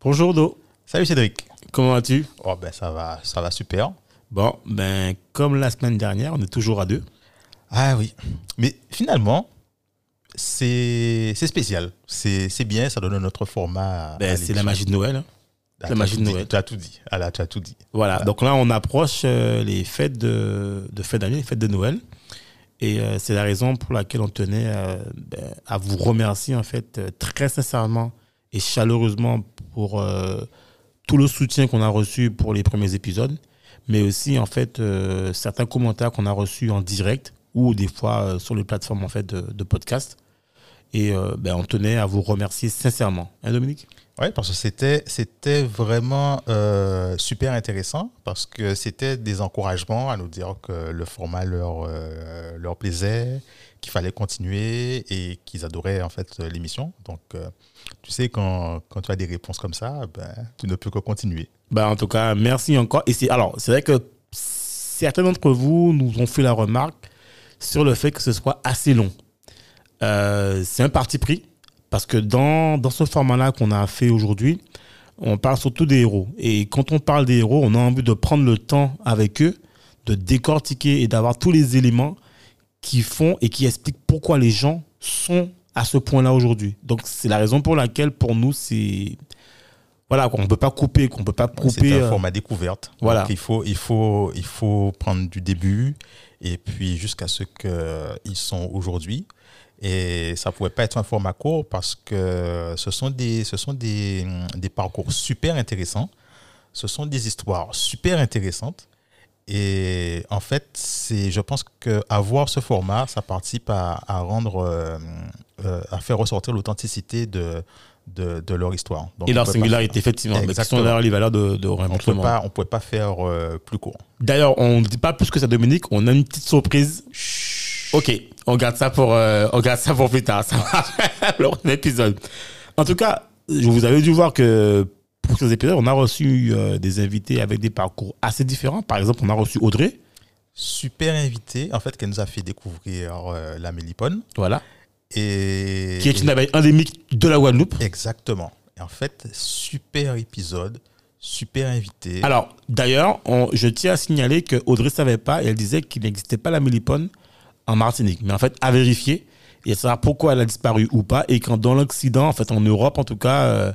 Bonjour Do, Salut Cédric. comment vas-tu Oh ben ça va, ça va super. Bon, ben comme la semaine dernière, on est toujours à deux. Ah oui. Mais finalement, c'est c'est spécial. C'est c'est bien, ça donne un autre format. à- à Ben, c'est la l'émission. magie de Noël. hein. la Ah, tu as magie de tout dit, Noël. Tu as tout dit. Ah là, tu as tout dit. Voilà, donc là on approche euh, les fêtes de, de fin d'année, les fêtes de Noël. Et euh, c'est la raison pour laquelle on tenait euh, ben, à vous remercier en fait euh, très sincèrement et chaleureusement pour euh, tout le soutien qu'on a reçu pour les premiers épisodes, mais aussi en fait euh, certains commentaires qu'on a reçus en direct ou des fois euh, sur les plateformes en fait de, de podcast. Et euh, ben, on tenait à vous remercier sincèrement. Hein Dominique Oui, parce que c'était c'était vraiment euh, super intéressant parce que c'était des encouragements à nous dire que le format leur euh, leur plaisait, qu'il fallait continuer et qu'ils adoraient en fait euh, l'émission. Donc euh, tu sais quand, quand tu as des réponses comme ça, ben, tu ne peux que continuer. Bah, en tout cas, merci encore. Et c'est, alors, c'est vrai que certains d'entre vous nous ont fait la remarque sur le fait que ce soit assez long. Euh, c'est un parti pris, parce que dans, dans ce format-là qu'on a fait aujourd'hui, on parle surtout des héros. Et quand on parle des héros, on a envie de prendre le temps avec eux, de décortiquer et d'avoir tous les éléments qui font et qui expliquent pourquoi les gens sont à ce point-là aujourd'hui. Donc c'est la raison pour laquelle pour nous c'est voilà quoi, on peut pas couper, qu'on peut pas couper. C'est un euh, format découverte. voilà. Donc, il faut, il faut, il faut prendre du début et puis jusqu'à ce qu'ils sont aujourd'hui. Et ça pouvait pas être un format court parce que ce sont des, ce sont des, hum, des parcours super intéressants. Ce sont des histoires super intéressantes. Et en fait, c'est, je pense que avoir ce format, ça participe à, à rendre, euh, euh, à faire ressortir l'authenticité de, de, de leur histoire. Donc, et on leur peut pas- singularité, effectivement. Mais qui sont Exactement. d'ailleurs les valeurs de, de Orange on Montrement. ne pas, on pouvait pas faire euh, plus court. D'ailleurs, on ne dit pas plus que ça, Dominique. On a une petite surprise. Ok, on garde ça pour, euh, on garde ça pour plus tard. Ça marche. Lors de l'épisode. En tout cas, je vous avez dû voir que pour ces épisodes, on a reçu euh, des invités avec des parcours assez différents. Par exemple, on a reçu Audrey. Super invité, en fait, qu'elle nous a fait découvrir euh, la mélipone. Voilà. Et, Qui est une abeille endémique de la Guadeloupe. Exactement. Et en fait, super épisode, super invité. Alors, d'ailleurs, on- je tiens à signaler que Audrey savait pas et elle disait qu'il n'existait pas la mélipone en Martinique. Mais en fait, à vérifier et à savoir pourquoi elle a disparu ou pas. Et quand dans l'Occident, en fait, en Europe en tout cas, euh,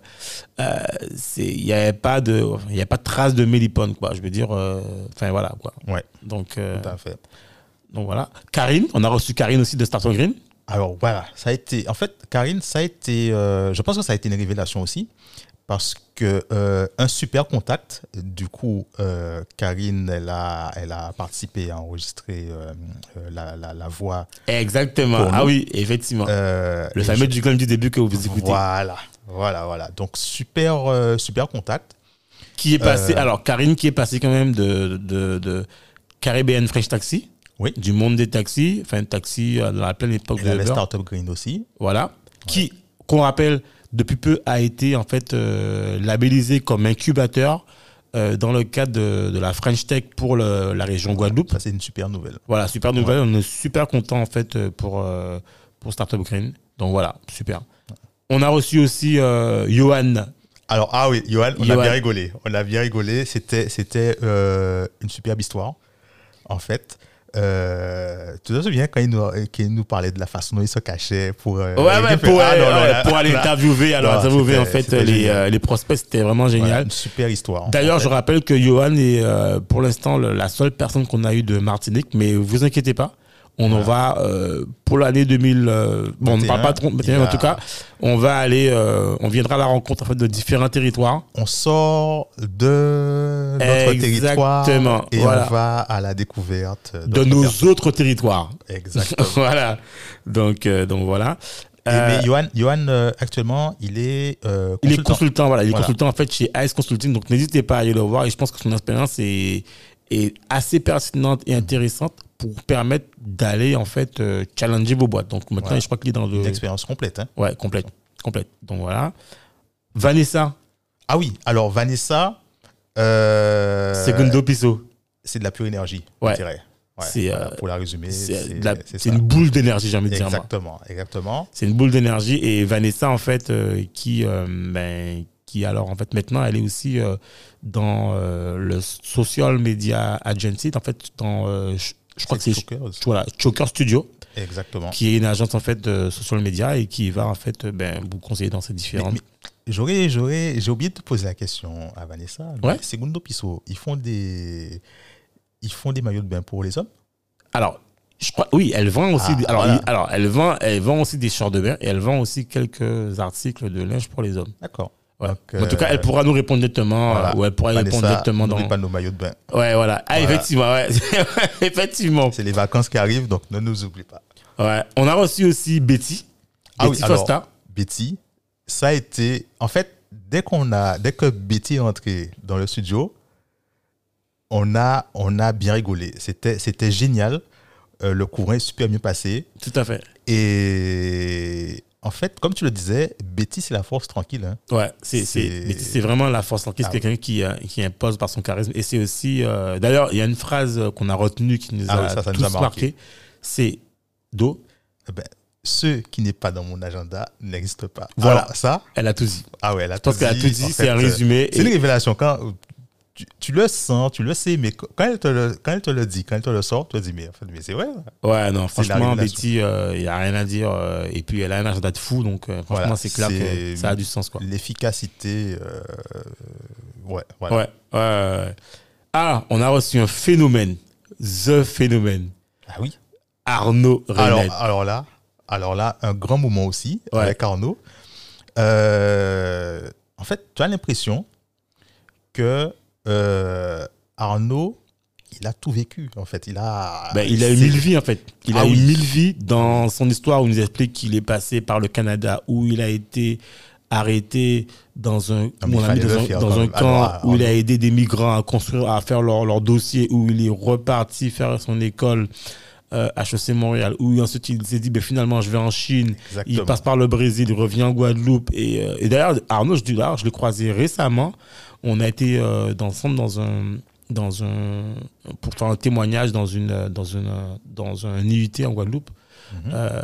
euh, c'est- il n'y avait pas de, il y a pas de trace de mélipone, quoi. Je veux dire, euh, enfin voilà, quoi. ouais, Donc, euh, tout à fait. donc voilà. Karine, on a reçu Karine aussi de Start on Green. Alors voilà, ça a été. En fait, Karine, ça a été. euh, je pense que ça a été une révélation aussi. Parce que euh, un super contact, du coup, euh, Karine, elle a, elle a participé à enregistrer euh, euh, la, la- la voix. Exactement. Pour nous. Ah oui, effectivement. euh, le et fameux du du début que vous écoutez. Voilà, voilà, voilà. Donc super, euh, super contact. Qui est passé, Euh, alors Karine qui est passée quand même de, de, de Caribbean Fresh Taxi, Oui. du monde des taxis, enfin taxi euh, dans la pleine époque Il de avait Uber, Startup Green aussi. voilà, qui, qu'on rappelle, depuis peu a été en fait euh, labellisé comme incubateur euh, dans le cadre de, de la French Tech pour le- la région Guadeloupe. Ça c'est une super nouvelle. Voilà, super nouvelle, on est super content en fait euh, pour, euh, pour Startup Green. Donc voilà, super. On a reçu aussi euh, Johan Alors ah oui, Johan, on Johan. a bien rigolé. On a bien rigolé. C'était, c'était euh, une superbe histoire. En fait, Euh, tu te souviens quand il nous, qu'il nous parlait de la façon dont il se cachait pour. Ouais, euh, il ouais, fait, pour, ah, euh, non, non, ouais, là- pour aller là- interviewer, alors Non, interviewer en c'était- fait c'était les, génial. euh, les prospects, c'était vraiment Voilà, génial. une super histoire. D'ailleurs, je rappelle que Johan est euh, pour l'instant le- la seule personne qu'on a eue de Martinique, mais vous inquiétez pas, on en va euh, pour l'année 2000. euh, bon, on ne parle 21, pas trop, mais en il a- tout cas, on va aller, euh, on viendra à la rencontre en fait, de différents territoires. on sort de notre Exactement, territoire et voilà. on va à la découverte de d'autres nos personnes. autres territoires. Exactement. voilà. Donc, euh, donc voilà. Et- Euh, mais Johan, Johan, euh, actuellement, il est euh, il est consultant. consultant, voilà, il est Voilà. consultant en fait chez AS Consulting, donc n'hésitez pas à aller le voir et je pense que son expérience est, est assez pertinente Mm. et intéressante pour permettre d'aller en fait euh, challenger vos boîtes. Donc maintenant, Voilà. je crois qu'il est dans le. Une expérience complète. hein. Ouais, complète, complète. Donc voilà. Vanessa Ah oui, alors Vanessa, euh, Segundo Piso, c'est de la pure énergie, Ouais. je dirais. Ouais, C'est, voilà, euh, pour la résumer, c'est c'est de la- c'est c'est ça. une boule d'énergie, j'ai envie de dire. moi. Exactement, exactement. C'est une boule d'énergie et Vanessa en fait euh, qui euh, ben, qui alors en fait maintenant elle est aussi euh, dans euh, le social media agency en fait dans euh, je, je crois que c'est Chokers. voilà Choker Studio Exactement. qui est une agence en fait de social media et qui va en fait euh, ben, vous conseiller dans ces différentes Mais- J'aurais, j'aurais, j'ai oublié de te poser la question à Vanessa. Ouais. Mais Segundo Piso, ils font des, ils font des maillots de bain pour les hommes. alors je crois oui elle vend aussi Ah, des- alors voilà. il- alors elle vend elle vend aussi des shorts de bain et elle vend aussi quelques articles de linge pour les hommes D'accord. Ouais. Donc, en tout cas euh, elle pourra nous répondre directement voilà. euh, ou elle pourra y répondre Vanessa, directement dans n'oublie pas nos maillots de bain. Ouais, voilà. Ah, Voilà. effectivement, ouais. effectivement. C'est les vacances qui arrivent, donc ne nous oublie pas. Ouais. On a reçu aussi Betty. Ah Betty oui, alors- Foster. Betty, ça a été, en fait, dès qu'on a, dès que Betty est entrée dans le studio, on a, on a bien rigolé. C'était, c'était génial. Euh, le courant est super bien passé. Tout à fait. Et en fait, comme tu le disais, Betty, c'est la force tranquille. hein. Ouais, c'est c'est C'est- Betty, c'est vraiment la force tranquille. Ah C'est quelqu'un qui, euh, qui impose par son charisme. Et c'est aussi. euh, D'ailleurs, il y a une phrase euh, qu'on a retenue qui nous Ah a oui, ça, ça nous tous a marqué. marqué. C'est Do. Eh ben, ce qui n'est pas dans mon agenda n'existe pas. Voilà. Alors, ça, Elle a tout dit. ah ouais, elle a Je pense qu'elle a tout en dit. fait, C'est un euh, résumé. C'est une et- révélation. Quand tu, tu le sens, tu le sais, mais quand elle te le, quand elle te le dit, quand elle te le sort, tu te dis, mais, en fait, mais c'est vrai. Ouais, non, C'est la franchement, révélation. Betty, euh, il n'y a rien à dire. euh, et puis, elle a un agenda de fou. Donc, euh, franchement, Voilà, c'est clair que c'est- ça a du sens. Quoi. L'efficacité, euh, ouais, voilà. Ouais, ouais, ouais. Ah, on a reçu un phénomène. The phénomène. Ah oui. Arnaud Alors, Reynel. alors là, alors là, un grand moment aussi Ouais. avec Arnaud. Euh, en fait, tu as l'impression que euh, Arnaud, il a tout vécu. En fait, il a, Ben, il a eu c'est- mille vies en fait. Il Ah a eu oui. mille vies dans son histoire où il nous explique qu'il est passé par le Canada, où il a été arrêté dans un, Ah, mais où on l'a il mis fallait dans le un, faire dans quand un même. camp, Alors, où il a alors- aidé des migrants à construire, à faire leur, leur dossier, où il est reparti faire son école euh, HEC Montréal, où ensuite il s'est dit ben, finalement je vais en Chine, Exactement. il passe par le Brésil, il revient en Guadeloupe. Et, euh, et d'ailleurs, Arnaud, je, dis là, je l'ai croisé récemment. On a été euh, ensemble dans un, dans un, pour faire un témoignage dans, une, euh, dans, une, euh, dans un IUT en Guadeloupe. Mhm. Euh,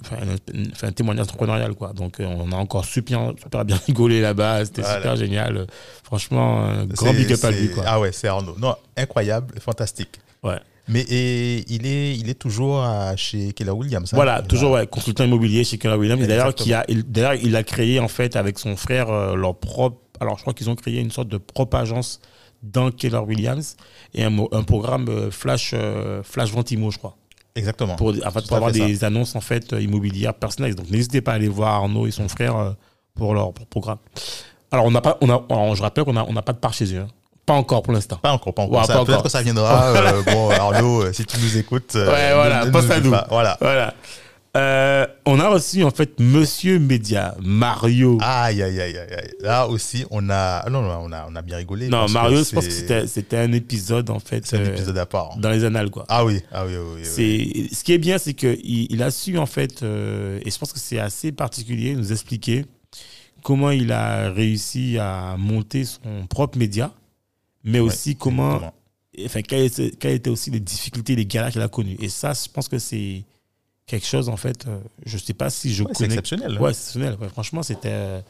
enfin, un, enfin, un témoignage entrepreneurial quoi donc euh, on a encore super, super bien rigolé là-bas c'était Voilà. super génial franchement un grand C'est- big up à c'est- lui quoi Ah ouais, c'est Arnaud. Non, incroyable, fantastique. Ouais. Mais et, il, est, il est toujours à- chez Keller Williams. hein. Voilà, Il toujours a- ouais, consultant immobilier chez Keller Williams. Et D'ailleurs, Exactement. qui a, il, d'ailleurs, il a créé en fait avec son frère euh, leur propre. Alors, je crois qu'ils ont créé une sorte de propre agence dans Keller Williams et un, mo- un programme euh, flash euh, flash vente immo, je crois, Exactement. pour, en fait, Tout pour à avoir fait ça. des annonces en fait euh, immobilières personnalisées. Donc, n'hésitez pas à aller voir Arnaud et son frère euh, pour leur pour programme. Alors, on n'a pas, on a, alors, je rappelle qu'on n'a on n'a pas de part chez eux, hein. pas encore pour l'instant. Pas encore, pas encore. Ouais, Ça- pas Peut-être encore. que ça viendra. euh, bon, Arnaud, euh, si tu nous écoutes. euh, Ouais, ne- voilà, ne pense nous à oublie nous. pas. Voilà. Voilà. Euh, on a reçu en fait Monsieur Média, Mario. Aïe, aïe, aïe, aïe, aïe. Là aussi, on a. ah Non, non, on a, on a bien rigolé. Non, parce Mario, je pense que c'est- c'était- c'était un épisode, en fait, C'est un euh, épisode à part. dans les annales, quoi. Ah oui, ah oui, oui. oui, oui. C'est- Ce qui est bien, c'est qu'il il a su, en fait, euh, et je pense que c'est assez particulier, nous expliquer comment il a réussi à monter son propre média, mais Ouais, aussi comment, enfin, quelles étaient quelles étaient aussi les difficultés, les galères qu'il a connues. Et ça, je pense que c'est quelque chose, en fait, euh, je sais pas si je Ouais, c'est connais exceptionnel. hein. Ouais, c'est exceptionnel. Ouais, franchement, c'était. euh,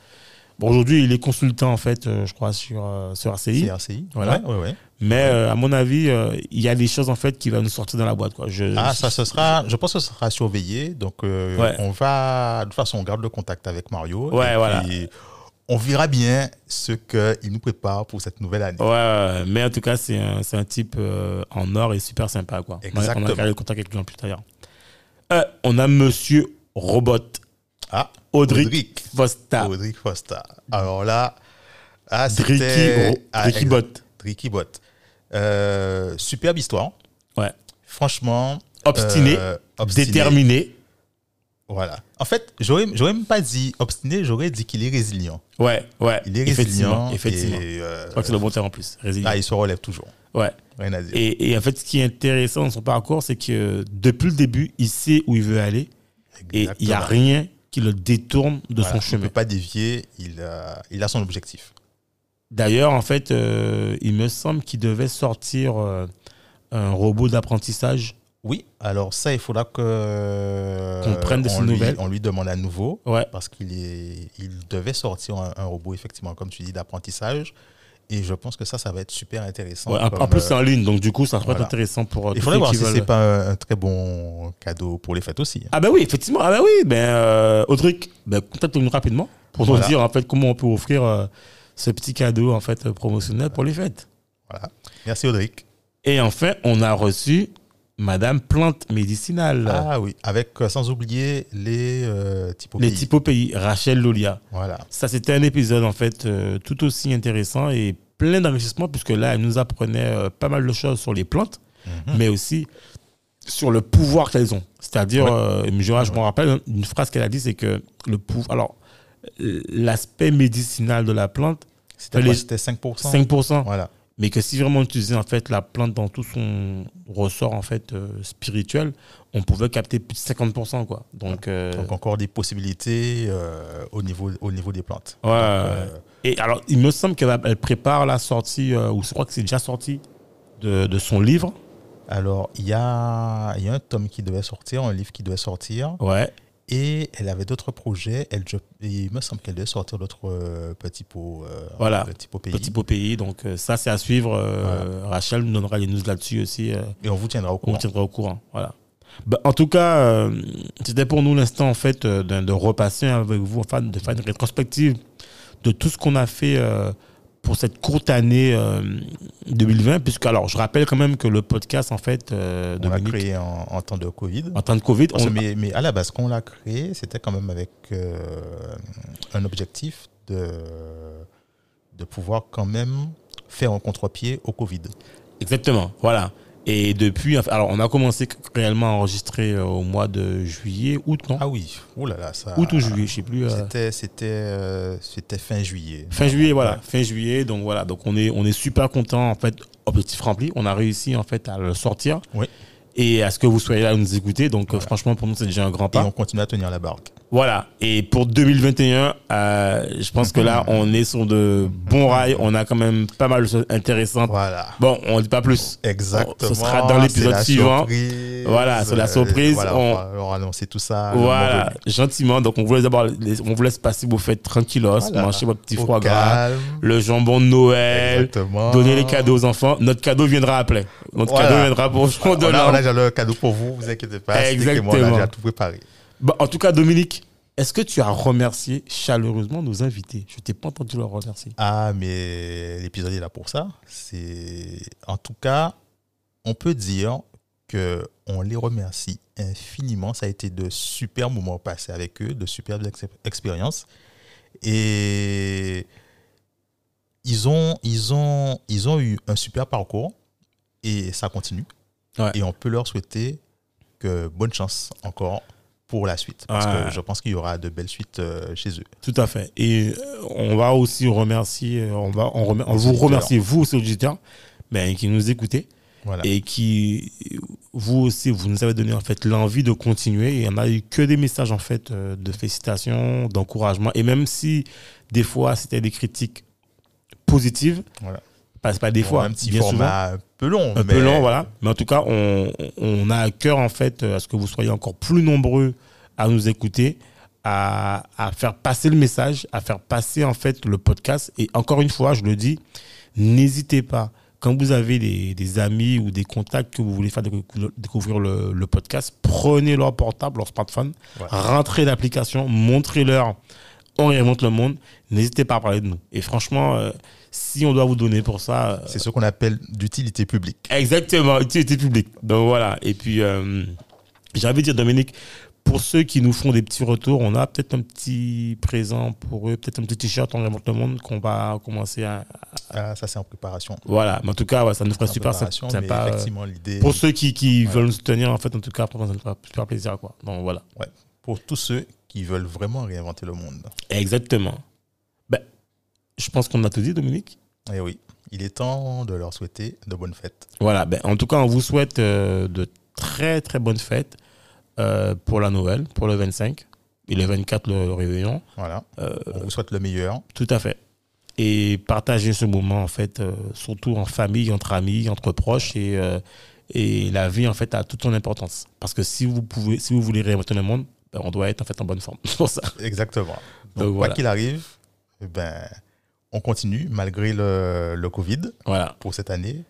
Bon, aujourd'hui, il est consultant, en fait, euh, je crois, sur, euh, sur RCI. C'est RCI. Voilà. Ouais, ouais, ouais. Mais euh, à mon avis, euh, il y a des choses, en fait, qui vont nous sortir dans la boîte. Quoi. Je, Ah, ça, ce sera. Je pense que ce sera surveillé. Donc, euh, Ouais. on va. De toute façon, on garde le contact avec Mario. Ouais, et voilà. puis, on verra bien ce qu'il nous prépare pour cette nouvelle année. Ouais, ouais, mais en tout cas, c'est un, c'est un type euh, en or et super sympa. Quoi. On a- On a Exactement. gardé le contact avec lui en plus d'ailleurs. Euh, on a Monsieur Robot, Ah, Audric, Audric. Vosta, Audric Foster. Alors là, ah, Dricky, c'était... Ro- Dricky ex- Bot. Dricky Bot. Euh, superbe histoire. Ouais. Franchement. Obstiné, euh, obstiné, déterminé, Voilà. En fait, j'aurais, j'aurais même pas dit obstiné, j'aurais dit qu'il est résilient. Ouais, ouais. Il est Effectivement, résilient. effectivement. et, euh, Je crois que c'est le bon terme en plus. Résilient. ah, il se relève toujours. Ouais. Rien à dire. Et, et en fait, ce qui est intéressant dans son parcours, c'est que depuis le début, il sait où il veut aller et il n'y a Exactement. rien qui le détourne de Voilà, son Il ne chemin. peut pas dévier, il a, il a son objectif. D'ailleurs, en fait, euh, il me semble qu'il devait sortir euh, un robot d'apprentissage. Oui, alors ça, il faudra que Qu'on prenne de on ses lui- nouvelles. On lui demande à nouveau Ouais. parce qu'il est, il devait sortir un, un robot effectivement, comme tu dis, d'apprentissage. Et je pense que ça, ça va être super intéressant. Ouais, en, comme, en plus, euh, c'est en ligne, donc du coup, ça va être voilà. intéressant pour. euh, il tous faudrait ceux voir qui si c'est veulent- pas un, un très bon cadeau pour les fêtes aussi. hein. Ah bah oui, effectivement. Ah bah oui, ben euh, Audric, ben, contacte-nous rapidement pour nous Voilà. dire en fait comment on peut offrir euh, ce petit cadeau en fait euh, promotionnel pour les fêtes. Voilà. Merci Audric. Et enfin, on a reçu Madame Plante Médicinale, Ah oui, avec euh, sans oublier les euh, typos les pays. types au pays, Rachel Lolia. Voilà. Ça, c'était un épisode en fait euh, tout aussi intéressant et plein d'enrichissements puisque là, elle nous apprenait euh, pas mal de choses sur les plantes, Mhm. mais aussi sur le pouvoir qu'elles ont. C'est-à-dire, Ouais. euh, Mijora, je me rappelle hein, une phrase qu'elle a dit, c'est que le pouvoir. Alors, euh, l'aspect médicinal de la plante, C'était les- quoi C'était 5%. 5%. Voilà. Mais que si vraiment on utilisait en fait la plante dans tout son ressort en fait euh, spirituel, on pouvait capter plus de 50%. Quoi. Donc, euh, Donc encore des possibilités euh, au, niveau, au niveau des plantes. ouais. Euh, Et alors, il me semble qu'elle va- elle prépare la sortie, euh, ou je crois que c'est déjà sorti, de, de son livre. alors, il y a, il y a un tome qui devait sortir, un livre qui devait sortir, Ouais. et elle avait d'autres projets. Elle, je- il me semble qu'elle devait sortir d'autres euh, petits pots, euh, Voilà. petits pots pays. Ah, Petit beau pays. Donc, euh, ça, c'est à suivre. Euh, Rachel nous donnera les news là-dessus aussi. euh, Et on vous tiendra au on courant. tiendra au courant. Voilà. Bah, en tout cas, euh, c'était pour nous l'instant en fait euh, de, de repasser avec vous, enfin de faire une rétrospective de tout ce qu'on a fait euh, pour cette courte année euh, 2020. Puisque alors, je rappelle quand même que le podcast en fait euh, On l'a Dominique, créé en, en temps de Covid. en temps de Covid, Parce que- on- mais, mais à la base, quand on l'a créé, c'était quand même avec euh, un objectif de, de pouvoir quand même faire un contre-pied au Covid. exactement, voilà. Et depuis, enfin, alors on a commencé réellement à enregistrer euh, au mois de juillet, août non, Ah oui, oh là là, ça. août ou juillet, je sais plus. euh, C'était, c'était, euh, c'était fin juillet. Fin juillet, voilà. Ouais. Fin juillet, donc voilà. Donc on est, on est super content en fait. Objectif rempli. On a réussi en fait à le sortir. Oui. Et à ce que vous soyez là à nous écouter. Donc euh, franchement, pour nous, c'est déjà un grand Et pas. on continue à tenir la barque. Voilà. Et pour 2021, euh, je pense que Mm-hmm. là, on est sur de bons rails. On a quand même pas mal de choses intéressantes. Voilà. Bon, on dit pas plus. Exactement. Ce sera dans l'épisode c'est la suivant. surprise. Voilà, c'est la Euh, surprise. voilà, On- on... va leur annoncer tout ça. le moment Voilà, venu. gentiment. Donc on vous laisse d'abord, les- on vous laisse passer vos fêtes tranquillos, Voilà. manger votre petit Au foie gras, calme. le jambon de Noël, Exactement. Donner les cadeaux aux enfants. Notre cadeau viendra après. Notre Voilà. cadeau viendra pour On jour de a, on a l'an. déjà le cadeau pour vous, vous inquiétez pas. Cédric et moi, On Exactement. a déjà tout préparé. Bah, en tout cas, Dominique, est-ce que tu as remercié chaleureusement nos invités Je t'ai pas entendu leur remercier. Ah, mais l'épisode est là pour ça. C'est en tout cas, on peut dire que on les remercie infiniment. Ça a été de super moments passés avec eux, de superbes ex- expériences, et ils ont, ils ont, ils ont eu un super parcours et ça continue. Ouais. Et on peut leur souhaiter que bonne chance encore pour la suite, parce Ouais. que je pense qu'il y aura de belles suites euh, chez eux. Tout à fait. Et euh, on va aussi remercier, euh, on va, on, remer- on vous auditeurs. remercie vous aussi auditeurs, ben, qui nous écoutez Voilà. et qui vous aussi vous nous avez donné en fait l'envie de continuer. Et on a eu que des messages en fait euh, de félicitations, d'encouragement et même si des fois c'était des critiques positives. Voilà. Pas, c'est pas des Bon, fois, un petit bien souvent. format un peu long. un mais- peu lent, voilà. Mais en tout cas, on, on a à cœur, en fait, euh, à ce que vous soyez encore plus nombreux à nous écouter, à, à faire passer le message, à faire passer, en fait, le podcast. Et encore une fois, je le dis, n'hésitez pas. Quand vous avez des, des amis ou des contacts que vous voulez faire décou- découvrir le, le podcast, prenez leur portable, leur smartphone, Ouais. rentrez l'application, montrez-leur. On réinvente le monde. N'hésitez pas à parler de nous. Et franchement, euh, si on doit vous donner pour ça, euh, C'est ce qu'on appelle d'utilité publique. Exactement, utilité publique. Donc voilà. Et puis, euh, j'ai envie de dire, Dominique, pour ceux qui nous font des petits retours, on a peut-être un petit présent pour eux, peut-être un petit t-shirt en réinvente le monde qu'on va commencer à. Ah, ça, c'est en préparation. Voilà. Mais en tout cas, ouais, ça nous ferait En super sy- préparation, mais sympa. euh, effectivement, l'idée. Pour ceux qui, qui Ouais. veulent nous soutenir, en fait, en tout cas, ça nous fera super plaisir. Quoi. Donc voilà. Ouais. pour tous ceux qui veulent vraiment réinventer le monde. Exactement. Ben, je pense qu'on a tout dit, Dominique. Et Eh oui, il est temps de leur souhaiter de bonnes fêtes. Voilà, ben, en tout cas, on vous souhaite euh, de très très bonnes fêtes euh, pour la Noël, pour le 25 et le 24, le réveillon. Voilà. Euh, On vous souhaite le meilleur. tout à fait. Et partager ce moment, en fait, euh, surtout en famille, entre amis, entre proches. Et, euh, et la vie, en fait, a toute son importance. Parce que si vous, pouvez, si vous voulez réinventer le monde, ben, on doit être en fait en bonne forme. C'est pour ça. Exactement. Donc, Donc, voilà. quoi qu'il arrive, eh ben, on continue malgré le, le Covid Voilà. pour cette année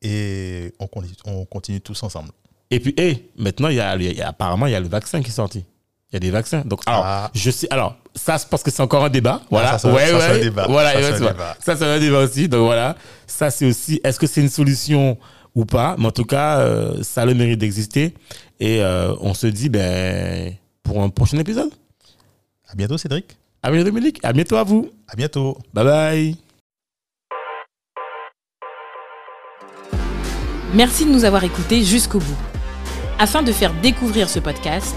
et on, con- on continue tous ensemble. Et puis, hé, maintenant, il y a, il y a- apparemment, il y a le vaccin qui est sorti. Il y a des vaccins. Donc, alors, Ah. je sais. Alors, ça, c'est parce que c'est encore un débat. Voilà. ça, ça- ouais, ça, ouais. c'est un débat. Voilà, Ça, ouais, c'est un tu vois. débat. Ça, c'est un débat aussi. Donc, voilà. Ça, c'est aussi. Est-ce que c'est une solution ou pas Mais en tout cas, euh, ça a le mérite d'exister. Et euh, on se dit, ben, pour un prochain épisode. À bientôt, Cédric. À bientôt, Dominique. À bientôt à vous. À bientôt. Bye bye. Merci de nous avoir écoutés jusqu'au bout. Afin de faire découvrir ce podcast,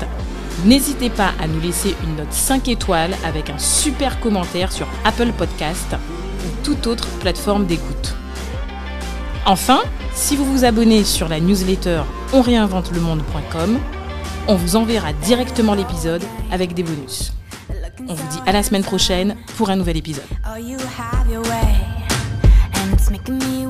n'hésitez pas à nous laisser une note 5 étoiles avec un super commentaire sur Apple Podcast ou toute autre plateforme d'écoute. Enfin, si vous vous abonnez sur la newsletter onréinventelemonde.com, on vous enverra directement l'épisode avec des bonus. On vous dit à la semaine prochaine pour un nouvel épisode. Oh, you have your way, and it's making me